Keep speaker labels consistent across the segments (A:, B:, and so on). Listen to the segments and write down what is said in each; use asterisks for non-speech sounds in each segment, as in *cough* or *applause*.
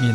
A: 面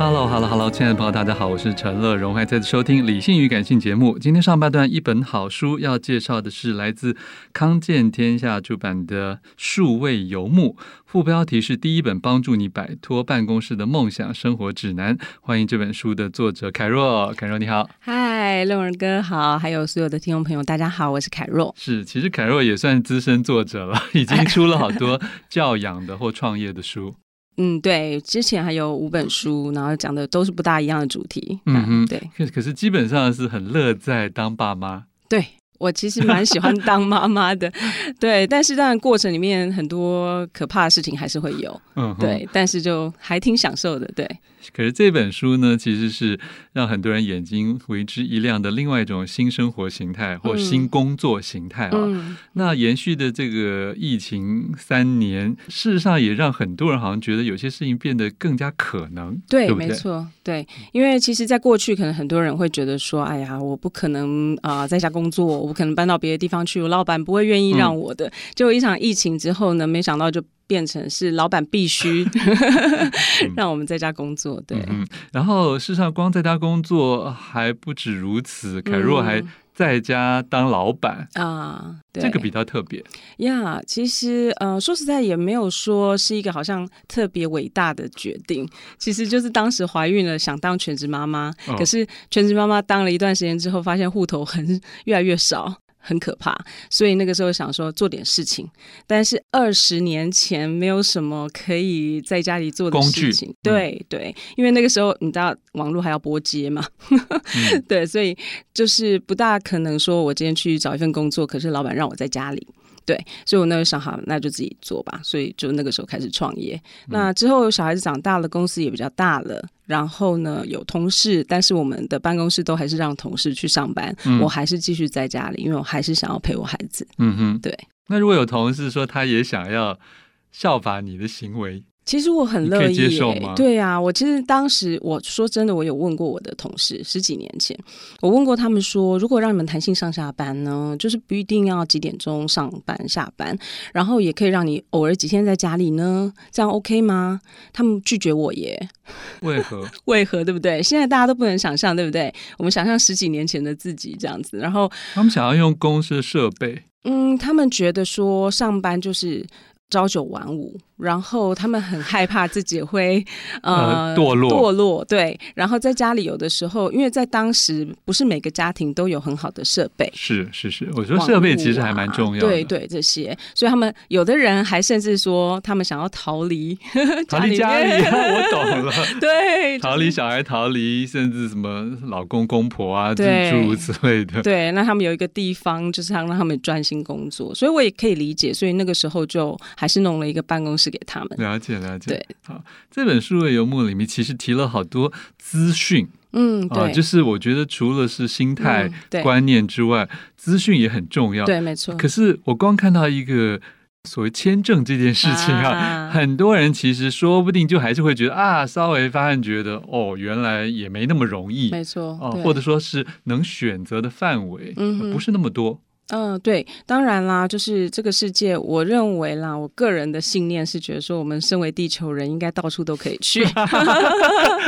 A: Hello，Hello，Hello，亲爱的朋友，大家好，我是陈乐荣，欢迎再次收听《理性与感性》节目。今天上半段一本好书要介绍的是来自康健天下出版的《数位游牧》，副标题是“第一本帮助你摆脱办公室的梦想生活指南”。欢迎这本书的作者凯若，凯若你
B: *laughs*
A: 好，
B: 嗨，乐荣哥好，还有所有的听众朋友，大家好，我是凯若。
A: 是，其实凯若也算资深作者了，已经出了好多教养的或创业的书。
B: 嗯，对，之前还有五本书，然后讲的都是不大一样的主题。嗯
A: 哼，
B: 对。
A: 可可是基本上是很乐在当爸妈。
B: 对我其实蛮喜欢当妈妈的， *laughs* 对，但是当然过程里面很多可怕的事情还是会有。
A: 嗯，
B: 对，但是就还挺享受的，对。
A: 可是这本书呢，其实是让很多人眼睛为之一亮的另外一种新生活形态或新工作形态啊、哦
B: 嗯嗯嗯。
A: 那延续的这个疫情三年，事实上也让很多人好像觉得有些事情变得更加可能。
B: 对，
A: 对对嗯
B: 没错，对，因为其实，在过去可能很多人会觉得说，哎呀，我不可能啊、呃，在家工作，我不可能搬到别的地方去，我老板不会愿意让我的。结、嗯、果一场疫情之后呢，没想到就。变成是老板
A: *laughs*
B: 必须让我们在家工作，对。
A: 嗯、然后，事实上，光在家工作还不止如此，嗯凯若还
B: 嗯
A: 在家当老板
B: 啊、嗯，
A: 这个比较特别
B: 呀。Yeah, 其实，呃，说实在，也没有说是一个好像特别伟大的决定，其实就是当时怀孕了，想当全职妈妈，哦、
A: 嗯
B: 可是全职妈妈当了一段时间之后，发现户头很越来越少。很可怕，所以那个时候想说做点事情，但是二十年前没有什么可以在家里做的事情，对、嗯、对，因为那个时候你知道网络还要拨接嘛，嗯、 *laughs* 对，所以就是不大可能说我今天去找一份工作，可是老板让我在家里。对，所以我那时候想，好，那就自己做吧。所以就那个时候开始创业。嗯、那之后小孩子长大了，公司也比较大了，然后呢有同事，但是我们的办公室都还是让同事去上班，嗯、我还是继续在家里，因为我还是想要陪我孩子。
A: 嗯哼，
B: *laughs* 对。
A: 那如果有同事说他也想要效法你的行为？
B: 其实我很乐意、
A: 欸，接受吗
B: 对呀、啊，我其实当时我说真的，我有问过我的同事，十几年前，我问过他们说，如果让你们弹性上下班呢，就是不一定要几点钟上班下班，然后也可以让你偶尔几天在家里呢，这样 OK 吗？他们拒绝我耶，
A: 为何？
B: 为何？对不对？现在大家都不能想象，对不对？我们想象十几年前的自己这样子，然后
A: 他们想要用公司的设备，
B: 嗯，他们觉得说上班就是。朝九晚五，然后他们很害怕自己会
A: 呃堕落，
B: 堕落对。然后在家里有的时候，因为在当时不是每个家庭都有很好的设备，啊
A: 是是是，我觉得设备其实还蛮重要的，啊、
B: 对对这些。所以他们有的人还甚至说，他们想要逃离， *laughs*
A: 逃离家里， *laughs* 我懂了，
B: 对，
A: 逃离小孩，逃离甚至什么老公公婆啊，诸如此类的。
B: 对，那他们有一个地方，就是让他们专心工作，所以我也可以理解。所以那个时候就。还是弄了一个办公室给他们。
A: 了解了解。
B: 对，
A: 好，这本书的游牧里面其实提了好多资讯。
B: 嗯，对、
A: 啊，就是我觉得除了是心态、嗯、观念之外，资讯也 *laughs* 很重要。
B: 对，没错。
A: 可是我光看到一个。所谓签证这件事情啊，啊很多人其实说不定就还是会觉得啊，稍微发现觉得哦，原来也没那么容易，哦
B: 没错
A: 哦，或者说是能选择的范围、
B: 嗯、
A: 不是那么多。
B: 嗯，对，当然啦，就是这个世界，我认为啦，我个人的信念是觉得说，我们身为地球人，应该到处都可以
A: *laughs*
B: 去，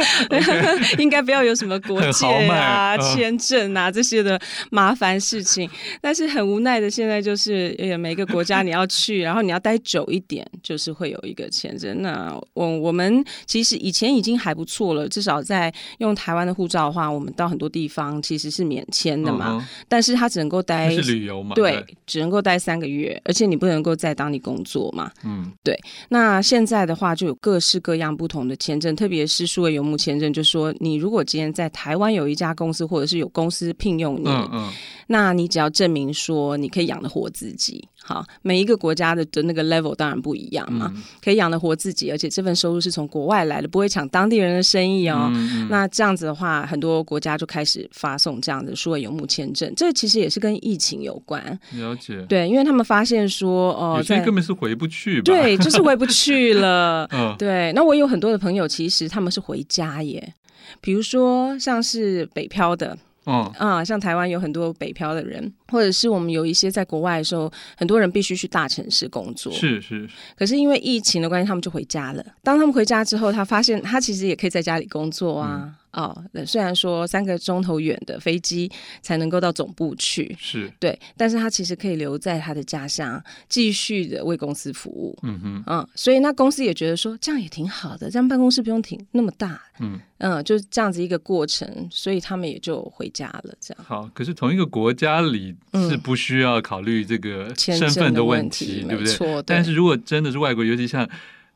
B: *laughs* 应该不要有什么国界
A: 很豪迈
B: 啊、
A: 啊
B: 签证啊这些的麻烦事情。但是很无奈的，现在就是呃每个国家你要去，然后你要待久一点，就是会有一个签证。那我我们其实以前已经还不错了，至少在用台湾的护照的话，我们到很多地方其实是免签的嘛，
A: 嗯哼
B: 但是它只能够待
A: 那是旅游嘛？
B: 对，，只能够待三个月，而且你不能够在当地工作嘛。
A: 嗯，
B: 那现在的话，就有各式各样不同的签证，特别是数位游牧签证，就说你如果今天在台湾有一家公司，或者是有公司聘用你，
A: 嗯嗯，
B: 那你只要证明说你可以养得活自己。好，每一个国家的的那个 level 当然不一样嘛，
A: 嗯
B: 可以养得活自己，而且这份收入是从国外来的，不会抢当地人的生意哦。
A: 嗯嗯
B: 那这样子的话，很多国家就开始发送这样的数位游牧签证，这其实也是跟疫情有关。
A: 了解，
B: 对，因为他们发现说，
A: 有
B: 哦，
A: 些
B: 在
A: 根本是回不去吧？，。
B: 对，就是回不去了
A: *laughs* 嗯，
B: 对，那我有很多的朋友，其实他们是回家耶。比如说，像是北漂的
A: 嗯，
B: 啊、像台湾有很多北漂的人，或者是我们有一些在国外的时候，很多人必须去大城市工作。
A: 是是，是
B: 可是因为疫情的关系，他们就回家了。当他们回家之后，他发现他其实也可以在家里工作啊。
A: 嗯
B: 哦，那虽然说三个钟头远的飞机才能够到总部去，
A: 是，
B: 对，但是他其实可以留在他的家乡，继续的为公司服务。
A: 嗯哼，
B: 嗯，所以那公司也觉得说这样也挺好的，这样办公室不用挺那么大，
A: 嗯，
B: 嗯，就是这样子一个过程，所以他们也就回家了。这样
A: 好。可是同一个国家里
B: 嗯
A: 是不需要考虑这个
B: 签
A: 身份
B: 证的
A: 问
B: 题，
A: 对不
B: 没
A: 对？
B: 错。
A: 但
B: 对
A: 是如果真的是外国，尤其像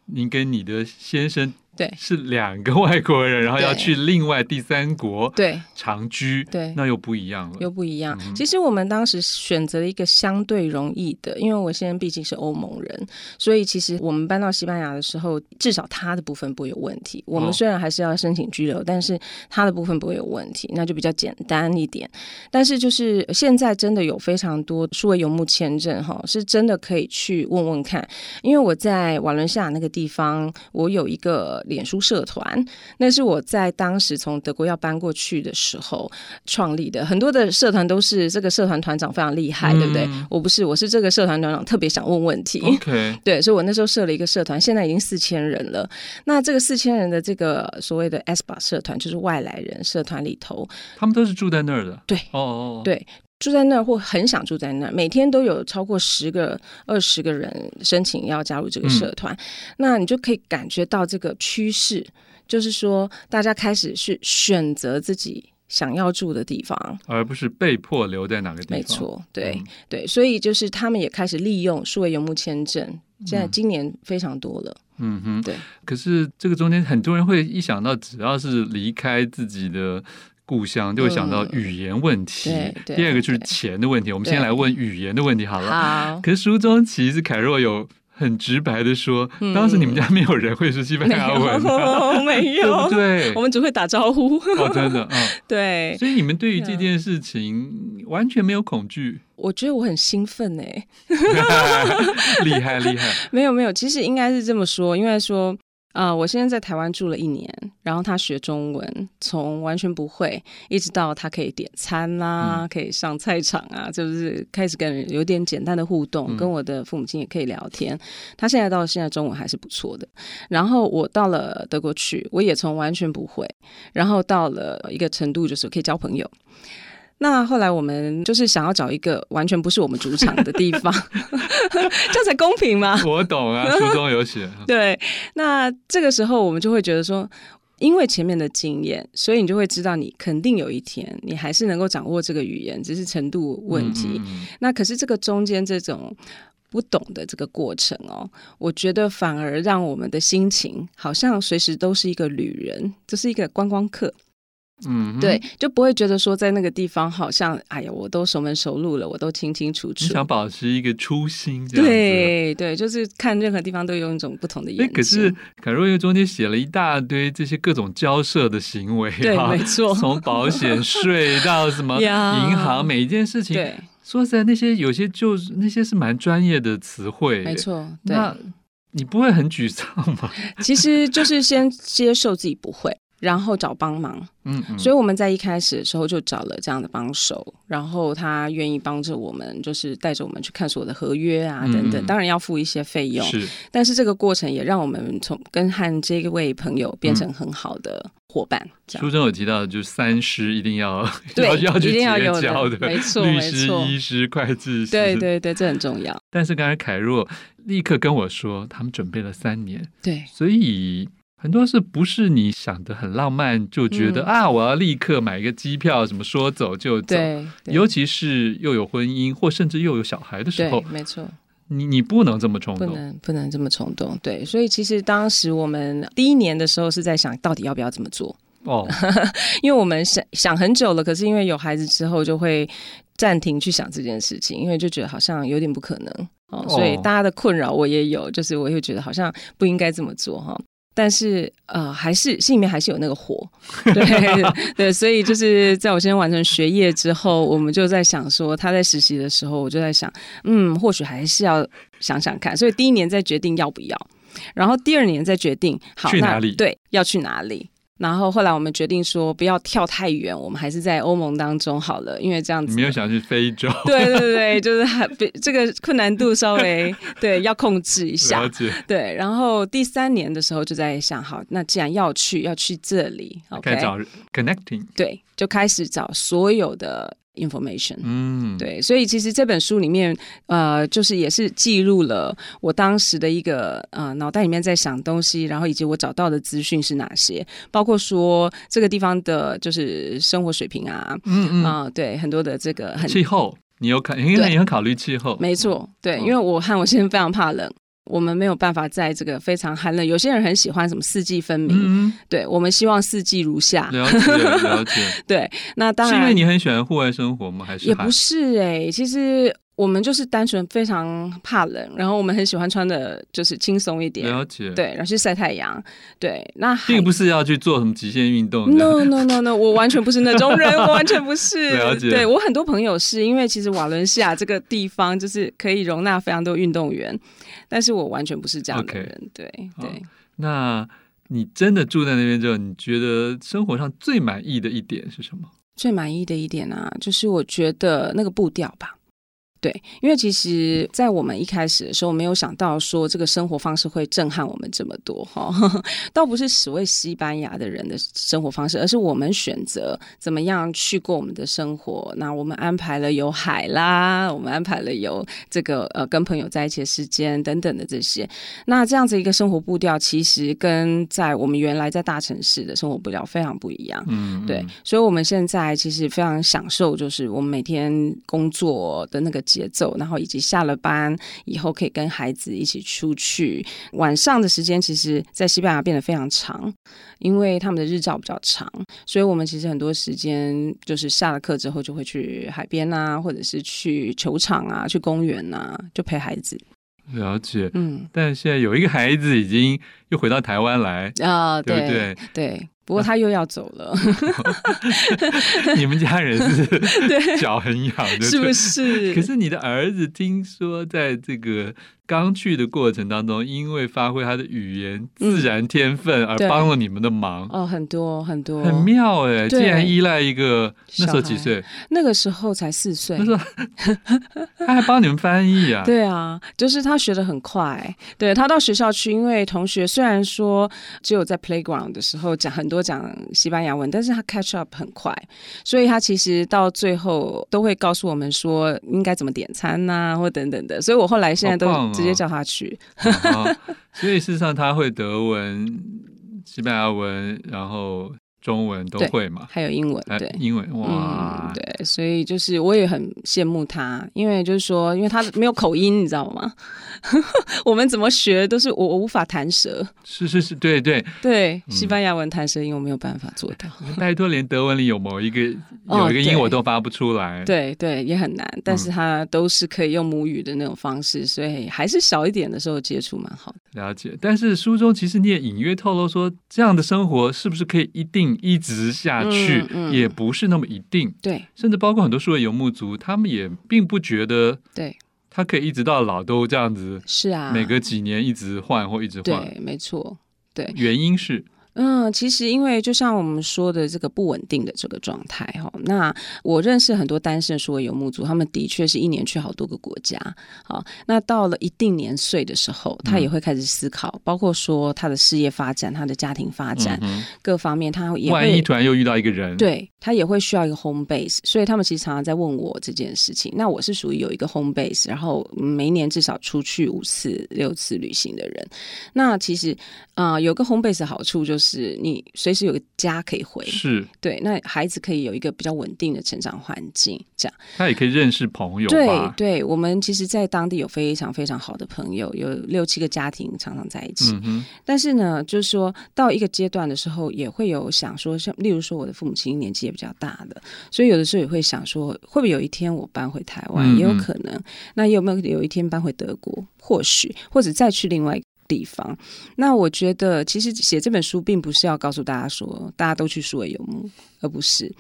A: 您跟你的先生，
B: 对
A: *laughs* 是两个外国人，然后
B: 对
A: 要去另外第三国
B: 对
A: 长居，
B: 对
A: 那又不一样了。嗯
B: 又不一样。其实我们当时选择了一个相对容易的，因为我先生毕竟是欧盟人，所以其实我们搬到西班牙的时候，至少他的部分不会有问题。我
A: 哦
B: 们虽然还是要申请居留，但是他的部分不会有问题，那就比较简单一点。但是就是现在真的有非常多数位游牧签证哈，是真的可以去问问看。因为我在瓦伦西亚那个地方，我有一个脸书社团，那是我在当时从德国要搬过去的时候创立的。很多的社团都是这个社团团长非常厉害，
A: 嗯
B: 对不对？我不是，我是这个社团团长特别想问问题。
A: OK，
B: 对，所以我那时候设了一个社团，现在已经四千人了。那这个四千人的这个所谓的 ESPA 社团，就是外来人社团里头，
A: 他们都是住在那儿的。
B: 对
A: 哦哦，哦，
B: 对，住在那儿或很想住在那儿，每天都有超过十个、二十个人申请要加入
A: 嗯
B: 这个社团，那你就可以感觉到这个趋势，就是说大家开始是选择自己想要住的地方。
A: 而不是被迫留在哪个地方。
B: 没，错，对、
A: 嗯
B: 对，所以就是他们也开始利用数位游牧签证，现在今年非常多了。
A: 嗯哼，
B: 对。
A: 可是这个中间，很多人会一想到，只要是离开自己的。故乡就会想到
B: 嗯
A: 语言问题，
B: 对对
A: 第二个就是
B: 对
A: 钱的问题。我们
B: 对
A: 先来问语言的问题好了。 *laughs*
B: 好，
A: 可是书中其实凯若有很直白的说，
B: 嗯
A: 当时你们家没有人会说西班
B: 没
A: 牙文的、
B: 有没
A: *laughs* 对不
B: 有，
A: 对？
B: *laughs* 我们只会打招呼。
A: *laughs* 哦，真的，嗯，
B: *laughs* 对，
A: 所以你们对于这件事情完全没有恐惧，
B: 我觉得我很兴奋哎、
A: 厉害厉
B: *laughs*
A: 害，
B: 没有没有，其实应该是这么说，因为说，呃，我现在在台湾住了一年，然后他学中文，从完全不会，一直到他可以点餐啦、可以上菜场啊，就是开始跟人有点简单的互动，
A: 嗯
B: 跟我的父母亲也可以聊天。他现在到现在中文还是不错的。然后我到了德国去，我也从完全不会，然后到了一个程度，就是可以交朋友。那后来我们就是想要找一个完全不是我们主场的地方， *laughs* 这样才公平嘛？
A: 我懂
B: *laughs*
A: 啊，书中有写，
B: 对，那这个时候我们就会觉得说。因为前面的经验，所以你就会知道，你肯定有一天你还是能够掌握这个语言，只是程度问题。
A: 嗯嗯
B: 那可是这个中间这种不懂的这个过程哦，我觉得反而让我们的心情好像随时都是一个旅人，这是一个观光客，
A: 嗯，嗯
B: 对，，就不会觉得说在那个地方好像哎呀，我都熟门熟路了，我都清清楚
A: 你
B: 楚。
A: 想保持一个初心，这样子。啊
B: 对对，就是看任何地方都用一种不同的
A: 哎
B: 眼，
A: 可是
B: 睛。
A: 凯若又中间写了一大堆这些各种交涉的行为、啊，
B: 对，没错，
A: *laughs* 从保险税到什么银
B: *laughs* 呀
A: 行，每一件事情，
B: 对，
A: 说实在，那些有些就是那些是蛮专业的词汇，
B: 没。错，
A: *laughs*
B: 对，
A: 那你不会很沮丧吗？
B: 其实就是先接受自己不会，然后找帮忙。
A: 嗯嗯，
B: 所以我们在一开始的时候就找了这样的帮手，然后他愿意帮着我们，就是带着我们去看所有的合约啊
A: 嗯
B: 等等，
A: 嗯
B: 当然要付一些费用，
A: 是
B: 但是这个过程也让我们从跟和这位朋友变成很好的伙伴，这样
A: 书中有提到，就是三师一定要
B: 对
A: 嗯 *laughs* 要要去
B: 一定要
A: 结
B: 有的
A: 交
B: 没错
A: 律
B: 没
A: 师、
B: 错
A: 医师、会计师，
B: 对。对对，这很重要，
A: 但是刚才凯若立刻跟我说，他们准备了三年，
B: 对。
A: 所以很多事不是你想的很浪漫，就觉得、
B: 嗯
A: 啊，我要立刻买一个机票，什么说走就走。
B: 对，对
A: 尤其是又有婚姻，或甚至又有小孩的时
B: 对
A: 候，，
B: 没错。
A: 你你不能这么冲
B: 不
A: 动。
B: 能不能这么冲动，对，所以其实当时我们第一年的时候是在想到底要不要这么做， *laughs*
A: 哦，
B: 因为我们想想很久了，可是因为有孩子之后就会暂停去想这件事情，因为就觉得好像有点不可能哦
A: 哦，
B: 所以大家的困扰我也有，就是我会觉得好像不应该这么做哈、但是呃，还是心里面还是有那个火，对 *laughs* 对，所以就是在我先完成学业之后，我们就在想说，他在实习的时候，我就在想，嗯，或许还是要想想看，所以第一年再决定要不要，然后第二年再决定好
A: 去
B: 那
A: 哪里
B: 对，要去哪里。然后后来我们决定说，不要跳太远，我们还是在欧盟当中好了，因为这样
A: 你
B: 子
A: 没有想去非
B: *laughs*
A: 洲，
B: 对对对，就是还比这个困难度稍微对要控制一
A: 了 *laughs*
B: 下。
A: 解。
B: 对，然后第三年的时候就在想，好，那既然要去，要去这里
A: 开始
B: ，OK，
A: 找 connecting，
B: 对，就开始找所有的 information。
A: 嗯，，
B: 对，所以其实这本书里面，呃，就是也是记录了我当时的一个呃脑袋里面在想东西，然后以及我找到的资讯是哪些，包括说这个地方的就是生活水平啊，
A: 嗯嗯，
B: 啊、对，很多的这个很
A: 气候，你有考，因为
B: 对
A: 你很考虑气候，
B: 没错，对，
A: 嗯
B: 因为我和我先生非常怕冷，我们没有办法在这个非常寒冷。有些人很喜欢什么四季分明，
A: 嗯，
B: 对我们希望四季如夏。
A: 了解
B: *laughs*
A: 了解，
B: 对，那当
A: 是
B: 然
A: 因为你很喜欢户外生活吗？还是
B: 也
A: 还
B: 不是哎、其实我们就是单纯非常怕冷，然后我们很喜欢穿的就是轻松一点，
A: 了解？，
B: 对，然后去晒太阳。对，那还
A: 并不是要去做什么极限运动的，
B: No no no no，我完全不是那种人，我完全不
A: *laughs*
B: 是。
A: 了解
B: 对我很多朋友是因为其实瓦伦西亚这个地方就是可以容纳非常多运动员，但是我完全不是这样的
A: OK
B: 人。对
A: 好
B: 对，
A: 那。你真的住在那边之后，你觉得生活上最满意的一点是什么？
B: 最满意的一点啊，就是我觉得那个步调吧。对，因为其实，在我们一开始的时候，没有想到说这个生活方式会震撼我们这么多哈、 *laughs* 倒不是所谓西班牙的人的生活方式，而是我们选择怎么样去过我们的生活。那我们安排了有海啦，我们安排了有这个呃跟朋友在一起的时间等等的这些。那这样子一个生活步调，其实跟在我们原来在大城市的生活步调非常不一样。
A: 嗯，
B: 对
A: 嗯，
B: 所以我们现在其实非常享受，就是我们每天工作的那个节奏，然后以及下了班以后可以跟孩子一起出去。晚上的时间其实，在西班牙变得非常长，因为他们的日照比较长，所以我们其实很多时间就是下了课之后就会去海边啊，或者是去球场啊，去公园啊，就陪孩子。
A: 了解。
B: 嗯，
A: 但现在有一个孩子已经又回到台湾来， *laughs*
B: 啊、
A: 对
B: 对
A: 不对？
B: 对不过他又要走了，
A: 你们家人是
B: *laughs*
A: *laughs*
B: 对，
A: 脚很痒，对
B: 是
A: 对
B: 不是？ *laughs*
A: 可是你的儿子听说，在这个刚去的过程当中，因为发挥他的语言
B: 嗯
A: 自然天分而
B: 对
A: 帮了你们的忙，
B: 哦，很多很多，
A: 很妙哎、竟
B: 对
A: 然依赖一个那时
B: 小孩
A: 候几岁？
B: 那个时候才四岁
A: 那。时候 *laughs* 他还帮你们翻译啊？
B: 对啊，就是他学的很快。对他到学校去，因为同学虽然说只有在 playground 的时候讲很多讲西班牙文，但是他 catch up 很快，所以他其实到最后都会告诉我们说应该怎么点餐呐、或等等的。所以我后来现在
A: 好棒
B: 都
A: 哦
B: 直接叫他去。
A: 哦所以事实上他会德文、西班牙文，然后中文都
B: 对
A: 会嘛，
B: 还有英文，
A: 还
B: 对。
A: 英文哎哇
B: 嗯，，对，所以就是我也很羡慕他，因为就是说，因为他没有口音，你知道吗？ *laughs* 我们怎么学都是我我无法弹舌，
A: 是是是，对
B: *laughs*
A: 对，
B: 对，
A: 嗯
B: 西班牙文弹舌音我没有办法做
A: *laughs*
B: 到。
A: 拜托，连德文里有某一个
B: 哦
A: 有一个音
B: 对
A: 我都发不出来，
B: 对对，也很难，但是他都是可以用母语的那种方式，所以还是小一点的时候接触蛮好的。
A: 了解，但是书中其实你也隐约透露说，这样的生活是不是可以一定一直下去，
B: 嗯嗯
A: 也不是那么一定，
B: 对
A: 甚至包括很多数位游牧族，他们也并不觉得
B: 对，
A: 他可以一直到老都这样子，
B: 是啊，
A: 每隔几年一直换或一直换。
B: 对，没错，对
A: 原因是
B: 嗯，其实因为就像我们说的这个不稳定的这个状态哈，那我认识很多单身数位游牧族，他们的确是一年去好多个国家好，那到了一定年岁的时候，
A: 嗯
B: 他也会开始思考，包括说他的事业发展、他的家庭发展、
A: 嗯
B: 各方面，他也
A: 哼万一
B: 会
A: 突然又遇到一个人，，
B: 对他也会需要一个 home base，所以他们其实常常在问我这件事情。那我是属于有一个 home base，然后每一年至少出去五次、六次旅行的人。那其实啊、呃有个 home base 的好处就是你随时有个家可以回，
A: 是
B: 对，那孩子可以有一个比较稳定的成长环境，这样。
A: 他也可以认识朋友
B: 对
A: 吧？
B: 对，我们其实，在当地有非常非常好的朋友，有六七个家庭常常在一起。
A: 嗯哼，
B: 但是呢，就是说到一个阶段的时候，也会有想说，像例如说我的父母亲年纪也比较大的，所以有的时候也会想说，会不会有一天我搬回台湾，
A: 嗯嗯
B: 也有可能。那有没有有一天搬回德国？或许，或者再去另外一个。地方，那我觉得其实写这本书并不是要告诉大家说大家都去数位游牧，而不是，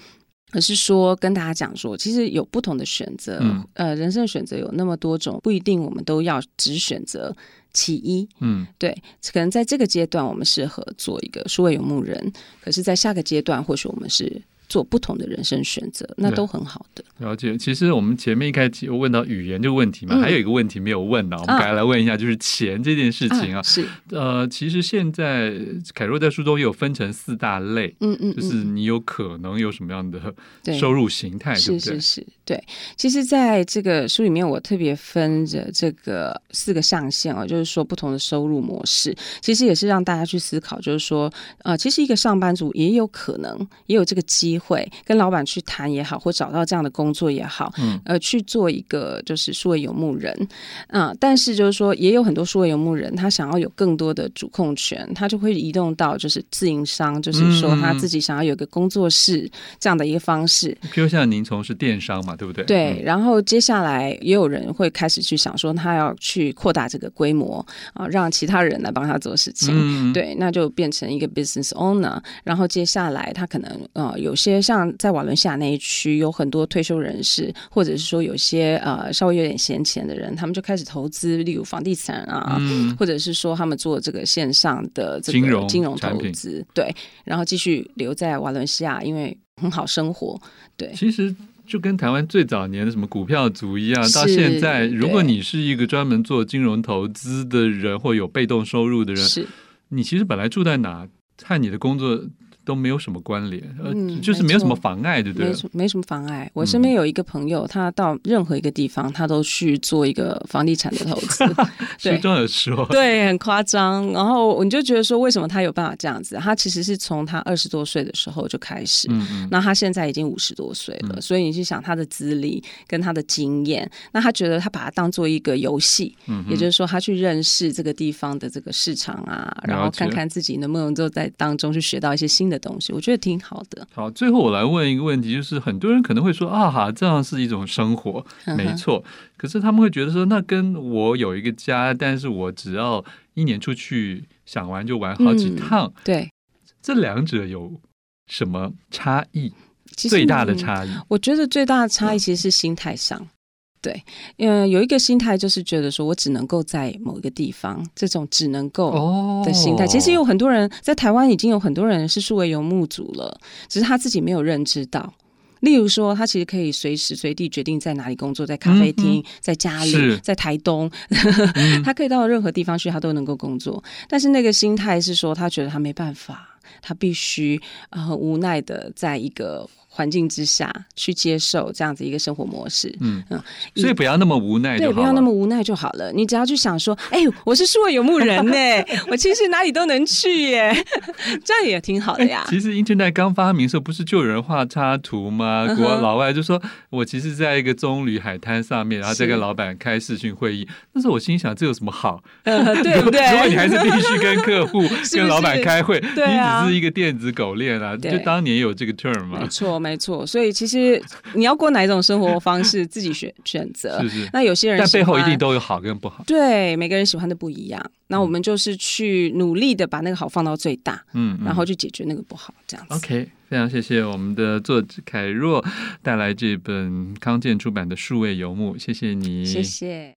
B: 而是说跟大家讲说，其实有不同的选择，
A: 嗯
B: 呃，人生的选择有那么多种，不一定我们都要只选择其一。
A: 嗯，
B: 对，可能在这个阶段我们适合做一个数位游牧人，可是，在下个阶段或许我们是做不同的人生选择，那
A: 对
B: 都很好的。
A: 了解。其实我们前面一开始有问到语言这个问题嘛，
B: 嗯
A: 还有一个问题没有问呢，我们
B: 啊
A: 改来问一下，就是钱这件事情啊。
B: 是，
A: 呃，其实现在凯若在书中也有分成四大类，
B: 嗯嗯，嗯
A: 就是你有可能有什么样的
B: 对
A: 收入形态，对
B: 是
A: 不对
B: 是？是，对。其实，在这个书里面，我特别分着这个四个象限哦，就是说不同的收入模式，其实也是让大家去思考，就是说，呃，其实一个上班族也有可能，也有这个机会跟老板去谈也好，或找到这样的工作也好，
A: 嗯，
B: 呃，去做一个就是数位游牧人，啊、但是就是说，也有很多数位游牧人，他想要有更多的主控权，他就会移动到就是自营商，就是说他
A: 嗯嗯嗯
B: 自己想要有一个工作室这样的一个方式，
A: 譬如像您从事电商嘛，对不对？
B: 对，
A: 嗯，
B: 然后接下来也有人会开始去想说，他要去扩大这个规模啊，让其他人来帮他做事情。
A: 嗯，
B: 对，那就变成一个 business owner。然后接下来，他可能呃，有些像在瓦伦西亚那一区，有很多退休人士，或者是说有些呃稍微有点闲钱的人，他们就开始投资，例如房地产啊，
A: 嗯，
B: 或者是说他们做这个线上的这个
A: 金融
B: 金融
A: 嗯产
B: 投
A: 品
B: 资，对，然后继续留在瓦伦西亚，因为很好生活。对，
A: 其实。就跟台湾最早年的什么股票族一样，
B: 是
A: 到现在，
B: 对
A: 如果你是一个专门做金融投资的人，或有被动收入的人，
B: 是。
A: 你其实本来住在哪，和你的工作都没有什么关联，呃，
B: 嗯
A: 就是
B: 没
A: 没有什么
B: 错
A: 妨碍，对不对嗯
B: 没？什没什么妨碍。我身边有一个朋友，他到任何一个地方，他都去做一个房地产的投
A: *laughs*
B: 资，
A: 书
B: 对
A: 中有说，
B: 对，很夸张。然后你就觉得说，为什么他有办法这样子？他其实是从他二十多岁的时候就开始。
A: 嗯嗯，
B: 那他现在已经五十多岁了，
A: 嗯
B: 所以你去想他的资历跟他的经验，那他觉得他把它当做一个游戏，
A: 嗯哼
B: 也就是说他去认识这个地方的这个市场啊，然后
A: 了解
B: 看看自己能不能够在当中去学到一些新的东西，我觉得挺好的。
A: 好，最后我来问一个问题，就是很多人可能会说啊哈，这样是一种生活，
B: 嗯哼
A: 没错。可是他们会觉得说，那跟我有一个家，但是我只要一年出去想玩就玩好几
B: 嗯
A: 趟，
B: 对，
A: 这两者有什么差异？
B: 其实
A: 最大的
B: 嗯
A: 差异，
B: 我觉得最大的差异其实是心态上。对，嗯，有一个心态就是觉得说我只能够在某一个地方，这种只能够
A: 哦
B: 的心态。其实有很多人在台湾已经有很多人是数位游牧族了，只是他自己没有认知到。例如说，他其实可以随时随地决定在哪里工作，在咖啡厅、
A: 嗯
B: 在家
A: 是嗯
B: 里、在台东， *laughs* 他可以到任何地方去，他都能够工作。但是那个心态是说，他觉得他没办法，他必须呃很无奈的在一个环境之下去接受这样子一个生活模式。
A: 嗯
B: 嗯，
A: 所以不要那么无奈就
B: 对，
A: 好
B: 不要
A: 了哎
B: 那么无奈就好了。你只要去想说，哎、我是数位游牧人呢、我其实哪里都能去耶、这样也挺好的呀。
A: 哎其实 Internet 刚发明的时候，不是就有人画插图吗？
B: 嗯哼
A: 国老外就说，我其实在一个棕榈海滩上面，然后再
B: 是
A: 跟老板开视讯会议。但是我心想，这有什么好？
B: 呃，对
A: *laughs*
B: 不
A: 如果你还
B: 对？
A: 是必须跟客户、
B: *laughs* 是
A: 跟老板开会，
B: 对啊
A: 你只是一个电子狗链啊。
B: 对
A: 就当年有这个 term
B: 没
A: 嘛，
B: 错，没错。所以其实你要过哪一种生活方式，自己选选择
A: 是。是？
B: 那有些人
A: 但背后一
B: 喜欢
A: 定都有嗯好跟不好。
B: 对，每个人喜欢的不一样。那我们就是去努力的把那个好放到最大，
A: 嗯，嗯
B: 然后去解决那个不好，这样子。
A: OK，非常谢谢我们的作者凯若带来这本康健出版的《数位游牧》，谢谢你，
B: 谢谢。